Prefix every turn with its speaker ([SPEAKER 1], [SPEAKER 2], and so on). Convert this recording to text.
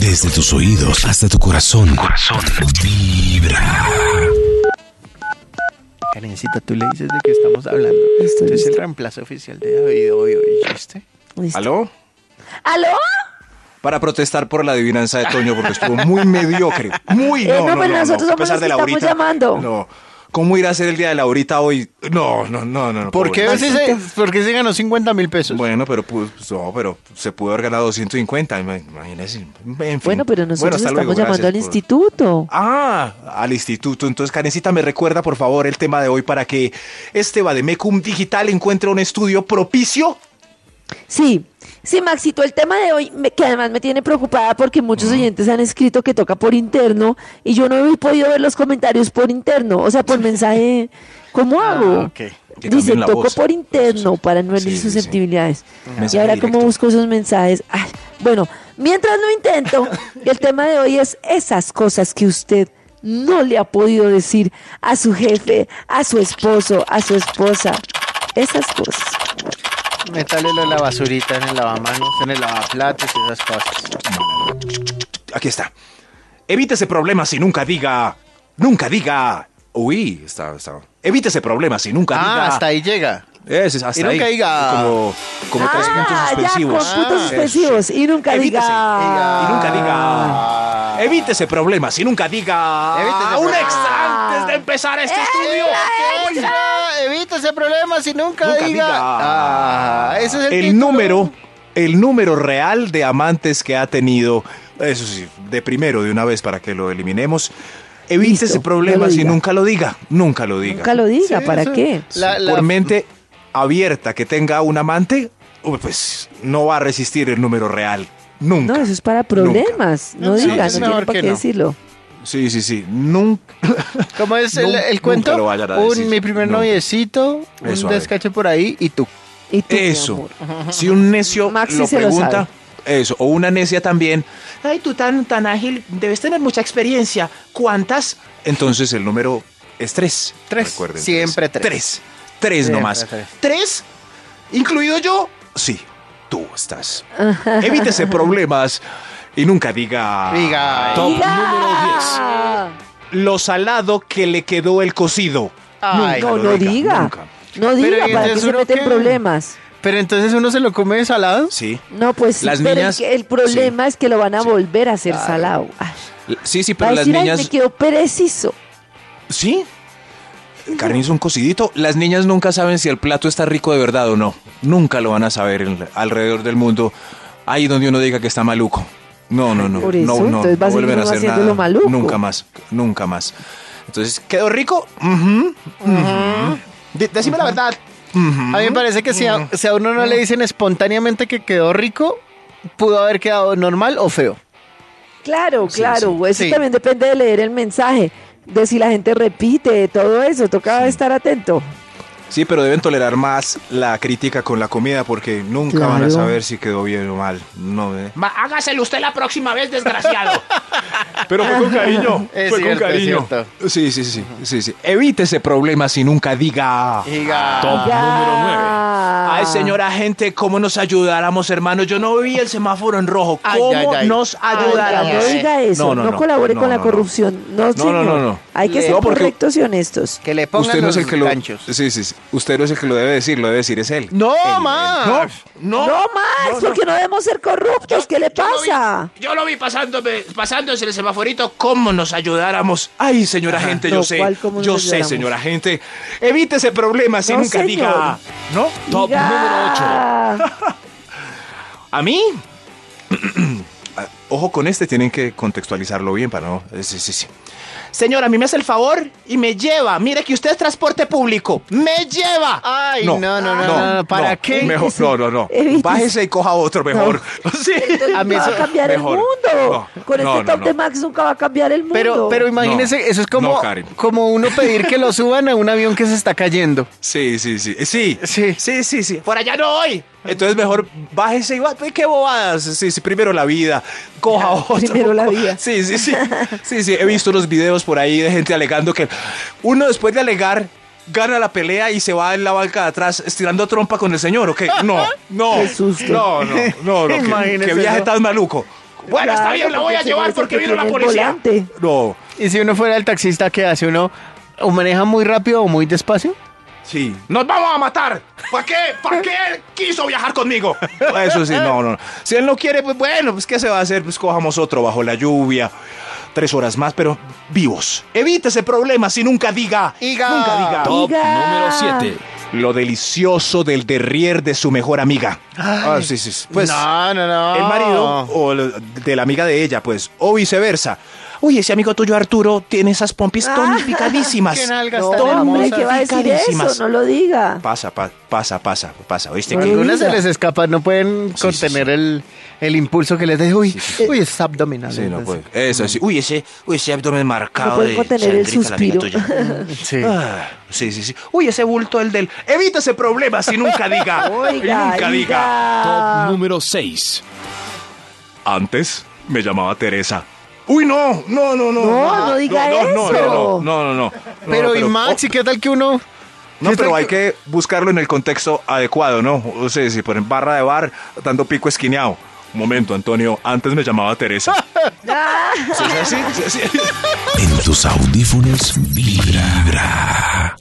[SPEAKER 1] Desde tus oídos hasta tu corazón. Corazón. Vibra.
[SPEAKER 2] Karencita, tú le dices de qué estamos hablando. Este
[SPEAKER 3] Listo,
[SPEAKER 2] es
[SPEAKER 3] listo.
[SPEAKER 2] el reemplazo oficial de David hoy, ¿oíste?
[SPEAKER 3] Listo.
[SPEAKER 4] ¿Aló?
[SPEAKER 3] ¿Aló?
[SPEAKER 4] Para protestar por la adivinanza de Toño, porque estuvo muy mediocre. Muy
[SPEAKER 3] Eh,
[SPEAKER 4] no,
[SPEAKER 3] no,
[SPEAKER 4] no,
[SPEAKER 3] pues
[SPEAKER 4] no,
[SPEAKER 3] nosotros
[SPEAKER 4] no,
[SPEAKER 3] somos
[SPEAKER 4] a pesar
[SPEAKER 3] los
[SPEAKER 4] de
[SPEAKER 3] que
[SPEAKER 4] la
[SPEAKER 3] estamos
[SPEAKER 4] horita,
[SPEAKER 3] llamando.
[SPEAKER 4] No. ¿Cómo ir a hacer el día de la horita hoy? No, no, no, no. no
[SPEAKER 2] ¿Por qué,
[SPEAKER 4] pobre.
[SPEAKER 2] ese- por qué se ganó 50 mil pesos?
[SPEAKER 4] Bueno, pero pues, no, pero se pudo haber ganado 250, ima- imagínese. En fin.
[SPEAKER 3] Bueno, pero nosotros
[SPEAKER 4] Bueno, hasta
[SPEAKER 3] estamos
[SPEAKER 4] luego,
[SPEAKER 3] llamando
[SPEAKER 4] gracias
[SPEAKER 3] al
[SPEAKER 4] por-
[SPEAKER 3] instituto.
[SPEAKER 4] Ah, al instituto. Entonces, Karencita, me recuerda, por favor, el tema de hoy para que este Bademecum Digital encuentre un estudio propicio.
[SPEAKER 3] Sí, sí, Maxito, el tema de hoy, me- que además me tiene preocupada porque muchos oyentes han escrito que toca por interno y yo no he podido ver los comentarios por interno, o sea, por mensaje. ¿Cómo hago?
[SPEAKER 2] ok.
[SPEAKER 4] Ah, Que
[SPEAKER 3] Dice,
[SPEAKER 4] cambien la
[SPEAKER 3] toco
[SPEAKER 4] voz".
[SPEAKER 3] por interno para no herir
[SPEAKER 4] Sí, sí, sí.
[SPEAKER 3] susceptibilidades. Y
[SPEAKER 4] Mensaje
[SPEAKER 3] ahora,
[SPEAKER 4] directo.
[SPEAKER 3] ¿cómo busco esos mensajes? Ay, bueno, mientras lo intento, el tema de hoy es esas cosas que usted no le ha podido decir a su jefe, a su esposo, a su esposa. Esas cosas.
[SPEAKER 2] Métalelo en la basurita, en el lavamanos, en el lavaplatos y esas cosas.
[SPEAKER 4] Aquí está. Evítese problemas y nunca diga. Nunca diga. Uy, está, está. Evítese problemas y nunca diga.
[SPEAKER 2] Ah, hasta ahí llega.
[SPEAKER 4] Es, es hasta
[SPEAKER 2] Y nunca
[SPEAKER 4] ahí.
[SPEAKER 2] diga.
[SPEAKER 4] Como, como tres puntos
[SPEAKER 3] Ah, ya, con
[SPEAKER 4] suspensivos.
[SPEAKER 3] puntos
[SPEAKER 2] Ah,
[SPEAKER 3] suspensivos. Y nunca
[SPEAKER 4] Evítese.
[SPEAKER 3] diga.
[SPEAKER 4] Y nunca diga.
[SPEAKER 2] Ah.
[SPEAKER 4] Evítese problemas y nunca diga. "Ah,
[SPEAKER 2] Evítese
[SPEAKER 4] un
[SPEAKER 2] problemas.
[SPEAKER 4] extra antes de empezar este estudio.
[SPEAKER 2] ¡Extra! Evítese problemas y nunca,
[SPEAKER 4] Nunca
[SPEAKER 2] diga.
[SPEAKER 4] diga.
[SPEAKER 2] Ah, ese es el,
[SPEAKER 4] El
[SPEAKER 2] título.
[SPEAKER 4] número, el número real de amantes que ha tenido, eso sí, de primero de una vez para que lo eliminemos. Evítese
[SPEAKER 3] Listo, no lo
[SPEAKER 4] problemas y
[SPEAKER 3] diga.
[SPEAKER 4] nunca lo diga. Nunca lo diga.
[SPEAKER 3] Nunca lo diga,
[SPEAKER 2] Sí,
[SPEAKER 3] ¿para
[SPEAKER 2] eso-
[SPEAKER 3] qué?
[SPEAKER 2] La- la-
[SPEAKER 4] por mente abierta que tenga un amante, uy, pues no va a resistir el número real. Nunca.
[SPEAKER 3] No, eso es para problemas. No,
[SPEAKER 2] No,
[SPEAKER 4] sí,
[SPEAKER 3] diga,
[SPEAKER 4] sí,
[SPEAKER 3] no tiene
[SPEAKER 2] mejor
[SPEAKER 3] para
[SPEAKER 2] que
[SPEAKER 3] qué
[SPEAKER 2] no.
[SPEAKER 3] decirlo.
[SPEAKER 4] Sí, sí, sí. Nunca.
[SPEAKER 2] ¿Cómo es el,
[SPEAKER 4] Nun-
[SPEAKER 2] el
[SPEAKER 4] nunca
[SPEAKER 2] cuento?
[SPEAKER 4] lo vayan a
[SPEAKER 2] Un-
[SPEAKER 4] decir.
[SPEAKER 2] mi primer
[SPEAKER 4] Nunca.
[SPEAKER 2] noviecito, un
[SPEAKER 4] Eso, a ver.
[SPEAKER 2] descache por ahí y tú.
[SPEAKER 3] Y tú, mi
[SPEAKER 4] Eso.
[SPEAKER 3] amor.
[SPEAKER 4] Si un necio
[SPEAKER 3] Maxi
[SPEAKER 4] lo
[SPEAKER 3] se lo
[SPEAKER 4] pregunta, eso, o una necia también,
[SPEAKER 5] Ay, tú tan, tan ágil, debes tener mucha experiencia. ¿Cuántas?
[SPEAKER 4] entonces el número es tres.
[SPEAKER 2] Tres.
[SPEAKER 4] Recuerden,
[SPEAKER 2] Siempre tres.
[SPEAKER 4] Tres. Tres
[SPEAKER 2] Siempre
[SPEAKER 4] nomás.
[SPEAKER 2] tres.
[SPEAKER 4] ¿Tres? ¿Incluido yo? Sí, tú estás. Evítese problemas y nunca diga.
[SPEAKER 2] Diga.
[SPEAKER 4] Top
[SPEAKER 3] Diga.
[SPEAKER 4] número 10. lo salado que le quedó el cocido.
[SPEAKER 2] Ay,
[SPEAKER 3] No,
[SPEAKER 4] lo
[SPEAKER 3] no
[SPEAKER 4] diga,
[SPEAKER 3] diga.
[SPEAKER 4] nunca.
[SPEAKER 3] No
[SPEAKER 2] Pero
[SPEAKER 3] diga,
[SPEAKER 2] ¿y
[SPEAKER 3] ¿para qué
[SPEAKER 2] entonces
[SPEAKER 3] se
[SPEAKER 2] uno
[SPEAKER 3] meten
[SPEAKER 2] qué?
[SPEAKER 3] problemas?
[SPEAKER 2] Pero entonces uno se lo come de salado.
[SPEAKER 4] Sí.
[SPEAKER 3] No, pues sí,
[SPEAKER 4] Las
[SPEAKER 3] pero el
[SPEAKER 4] niñas-
[SPEAKER 3] que- el, problema es que lo van a
[SPEAKER 4] sí.
[SPEAKER 3] volver a hacer salado. Ay,
[SPEAKER 4] Sí, sí,
[SPEAKER 3] va
[SPEAKER 4] pero
[SPEAKER 3] a
[SPEAKER 4] las
[SPEAKER 3] decir, ay,
[SPEAKER 4] niñas.
[SPEAKER 3] me quedó perecizo.
[SPEAKER 4] Sí. Carnizo un cocidito. Las niñas nunca saben si el plato está rico de verdad o no. Nunca lo van a saber en- alrededor del mundo. Ahí donde uno diga que está maluco. No, no, no.
[SPEAKER 3] Por
[SPEAKER 4] no,
[SPEAKER 3] eso,
[SPEAKER 4] no,
[SPEAKER 3] entonces va a
[SPEAKER 4] no vuelven
[SPEAKER 3] seguir
[SPEAKER 4] a
[SPEAKER 3] uno
[SPEAKER 4] hacer
[SPEAKER 3] haciéndolo
[SPEAKER 4] nada.
[SPEAKER 3] maluco.
[SPEAKER 4] Nunca más, nunca más. Entonces, ¿quedó rico? Ujú.
[SPEAKER 5] De- decime la verdad.
[SPEAKER 2] A mí me parece que si a, si a uno no le dicen espontáneamente que quedó rico, pudo haber quedado normal o feo.
[SPEAKER 3] Claro, claro. eso
[SPEAKER 2] sí.
[SPEAKER 3] también depende de leer el mensaje, de si la gente repite, de todo eso. Toca estar atento.
[SPEAKER 4] Sí, pero deben tolerar más la crítica con la comida porque nunca van a
[SPEAKER 3] Claro.
[SPEAKER 4] saber si quedó bien o mal. No, eh.
[SPEAKER 5] Ma- hágaselo usted la próxima vez, desgraciado.
[SPEAKER 4] Pero fue con cariño.
[SPEAKER 2] Es
[SPEAKER 4] fue
[SPEAKER 2] cierto,
[SPEAKER 4] con cariño.
[SPEAKER 2] es cierto.
[SPEAKER 4] Sí, sí, sí, sí, sí. Evítese problemas y nunca diga.
[SPEAKER 2] Diga.
[SPEAKER 3] número 9.
[SPEAKER 4] Ay, señora gente, ¿cómo nos ayudáramos, hermano? Yo no vi el semáforo en rojo.
[SPEAKER 2] Ay,
[SPEAKER 4] ¿Cómo
[SPEAKER 2] ay, ay.
[SPEAKER 4] nos
[SPEAKER 3] Oiga,
[SPEAKER 4] ayudáramos?
[SPEAKER 3] no diga eso, no,
[SPEAKER 4] No, no, no.
[SPEAKER 3] colabore
[SPEAKER 4] No,
[SPEAKER 3] con la
[SPEAKER 4] no, no.
[SPEAKER 3] corrupción. No,
[SPEAKER 4] No,
[SPEAKER 3] señor.
[SPEAKER 4] no, no, no.
[SPEAKER 3] Hay que
[SPEAKER 2] Le-
[SPEAKER 3] ser
[SPEAKER 4] No, porque-
[SPEAKER 3] correctos y honestos.
[SPEAKER 2] Que le pongan
[SPEAKER 4] Usted no
[SPEAKER 2] los
[SPEAKER 4] es el que lo.
[SPEAKER 2] ganchos.
[SPEAKER 4] Sí, sí, sí. Usted no es el que lo debe decir, lo debe decir es él.
[SPEAKER 2] No,
[SPEAKER 4] Él, él.
[SPEAKER 2] ma.
[SPEAKER 3] No, más, porque no debemos ser corruptos. ¿Qué le
[SPEAKER 5] Yo lo vi-
[SPEAKER 3] pasa?
[SPEAKER 5] Yo lo vi, pasándome, pasándose el semaforito. ¿Cómo nos ayudáramos?
[SPEAKER 4] Ay, señora gente,
[SPEAKER 3] No,
[SPEAKER 4] yo sé.
[SPEAKER 3] ¿cuál cómo nos
[SPEAKER 4] Yo sé,
[SPEAKER 3] ayudáramos?
[SPEAKER 4] señora gente. Evítese problemas y
[SPEAKER 3] No,
[SPEAKER 4] nunca
[SPEAKER 3] señor.
[SPEAKER 4] diga. ¿No? Top
[SPEAKER 3] Diga.
[SPEAKER 4] número 8. A mí. Ah, Ojo con este, tienen que contextualizarlo bien para no. eh, Sí, sí, sí.
[SPEAKER 5] Señora, a mí me hace el favor y me lleva. Mire que usted es transporte público. ¡Me lleva!
[SPEAKER 2] Ay, no, no, no, no. no, no, ¿Para
[SPEAKER 4] no,
[SPEAKER 2] qué?
[SPEAKER 4] Mejor, no, no, no.
[SPEAKER 3] Evítese.
[SPEAKER 4] Bájese y coja otro mejor. Sí.
[SPEAKER 3] Entonces
[SPEAKER 2] A mí
[SPEAKER 3] nunca va
[SPEAKER 2] eso-
[SPEAKER 3] a cambiar
[SPEAKER 4] mejor.
[SPEAKER 3] el mundo.
[SPEAKER 4] No,
[SPEAKER 3] Con
[SPEAKER 4] no,
[SPEAKER 3] este
[SPEAKER 4] no,
[SPEAKER 3] top
[SPEAKER 4] no.
[SPEAKER 3] de Max nunca va a cambiar el mundo.
[SPEAKER 2] Pero, pero imagínese,
[SPEAKER 4] No.
[SPEAKER 2] eso es como,
[SPEAKER 4] No, Karen.
[SPEAKER 2] como uno pedir que lo suban a un avión que se está cayendo.
[SPEAKER 4] Sí, sí, sí. Eh, Sí.
[SPEAKER 2] Sí.
[SPEAKER 4] Sí, sí, sí.
[SPEAKER 5] Por allá no voy.
[SPEAKER 4] Entonces mejor bájese y va. pues, Qué bobadas. Sí, sí. Primero la vida. Coja otro.
[SPEAKER 3] Primero la vida.
[SPEAKER 4] Sí, sí, sí. Sí, sí. He visto unos videos por ahí de gente alegando que uno después de alegar gana la pelea y se va en la banca de atrás estirando trompa con el señor. ¿O qué? No, no.
[SPEAKER 3] Qué susto.
[SPEAKER 4] No, no, no. no, qué- qué,
[SPEAKER 2] Imagínese
[SPEAKER 4] viaje
[SPEAKER 2] eso.
[SPEAKER 4] tan maluco.
[SPEAKER 5] Bueno, está bien, la voy a llevar porque vino la policía.
[SPEAKER 3] Volante.
[SPEAKER 4] No,
[SPEAKER 2] ¿Y si uno fuera el taxista, qué hace? ¿Uno o maneja muy rápido o muy despacio?
[SPEAKER 4] sí.
[SPEAKER 5] Nos vamos a matar. ¿Para qué? ¿Para qué él quiso viajar conmigo?
[SPEAKER 4] Eso sí, no, no. no. Si él no quiere, pues bueno, pues ¿qué se va a hacer? Pues cojamos otro bajo la lluvia. Tres horas más, pero vivos. Evítese problemas y nunca diga.
[SPEAKER 5] Iga.
[SPEAKER 4] Nunca diga.
[SPEAKER 3] Top Diga. número siete.
[SPEAKER 6] 7.
[SPEAKER 4] Lo delicioso del derrier de su mejor amiga. ah, sí, sí. sí. Pues
[SPEAKER 2] no, no, no.
[SPEAKER 4] el marido o el- de la amiga de ella, pues, o viceversa. Uy, ese amigo tuyo Arturo tiene esas pompis tonificadísimas.
[SPEAKER 2] Ah. Qué nalgas
[SPEAKER 4] No,
[SPEAKER 2] tan
[SPEAKER 3] No, hombre,
[SPEAKER 2] hermosas.
[SPEAKER 3] ¿qué va a decir
[SPEAKER 4] Carísimas.
[SPEAKER 3] eso? No lo diga.
[SPEAKER 4] Pasa, pa- pasa, pasa, pasa. ¿Oíste?
[SPEAKER 3] No
[SPEAKER 4] que-
[SPEAKER 3] lo
[SPEAKER 2] Algunas se
[SPEAKER 3] diga.
[SPEAKER 2] les escapan, no pueden
[SPEAKER 4] Sí,
[SPEAKER 2] contener El, el impulso que les deja. Uy, uy, es abdominal.
[SPEAKER 4] Sí, no puede. Eso sí. Uy, ese, uy, ese abdomen marcado.
[SPEAKER 3] No puede
[SPEAKER 4] de
[SPEAKER 3] contener el
[SPEAKER 4] Sandrita, la amiga
[SPEAKER 3] suspiro.
[SPEAKER 4] tuya.
[SPEAKER 2] Sí.
[SPEAKER 4] Ah, sí, sí, sí. Uy, ese bulto, el del. Evítese problemas y nunca diga.
[SPEAKER 3] Oiga,
[SPEAKER 4] y nunca diga.
[SPEAKER 6] Top número 6.
[SPEAKER 4] Antes me llamaba Teresa. Uy, no, no, no, no.
[SPEAKER 3] No, no diga
[SPEAKER 4] No, no,
[SPEAKER 3] eso.
[SPEAKER 4] no, no, no, no.
[SPEAKER 2] Pero,
[SPEAKER 4] No, oh,
[SPEAKER 2] ¿y Maxi? ¿Qué tal que uno...?
[SPEAKER 4] No,
[SPEAKER 2] ¿Qué
[SPEAKER 4] pero
[SPEAKER 2] tal
[SPEAKER 4] hay que buscarlo en el contexto adecuado, ¿no? O sea, si ponen barra de bar, dando pico esquineado. Un momento, Antonio, antes me llamaba Teresa. Sí, sí, sí, sí.
[SPEAKER 1] En tus audífonos vibra.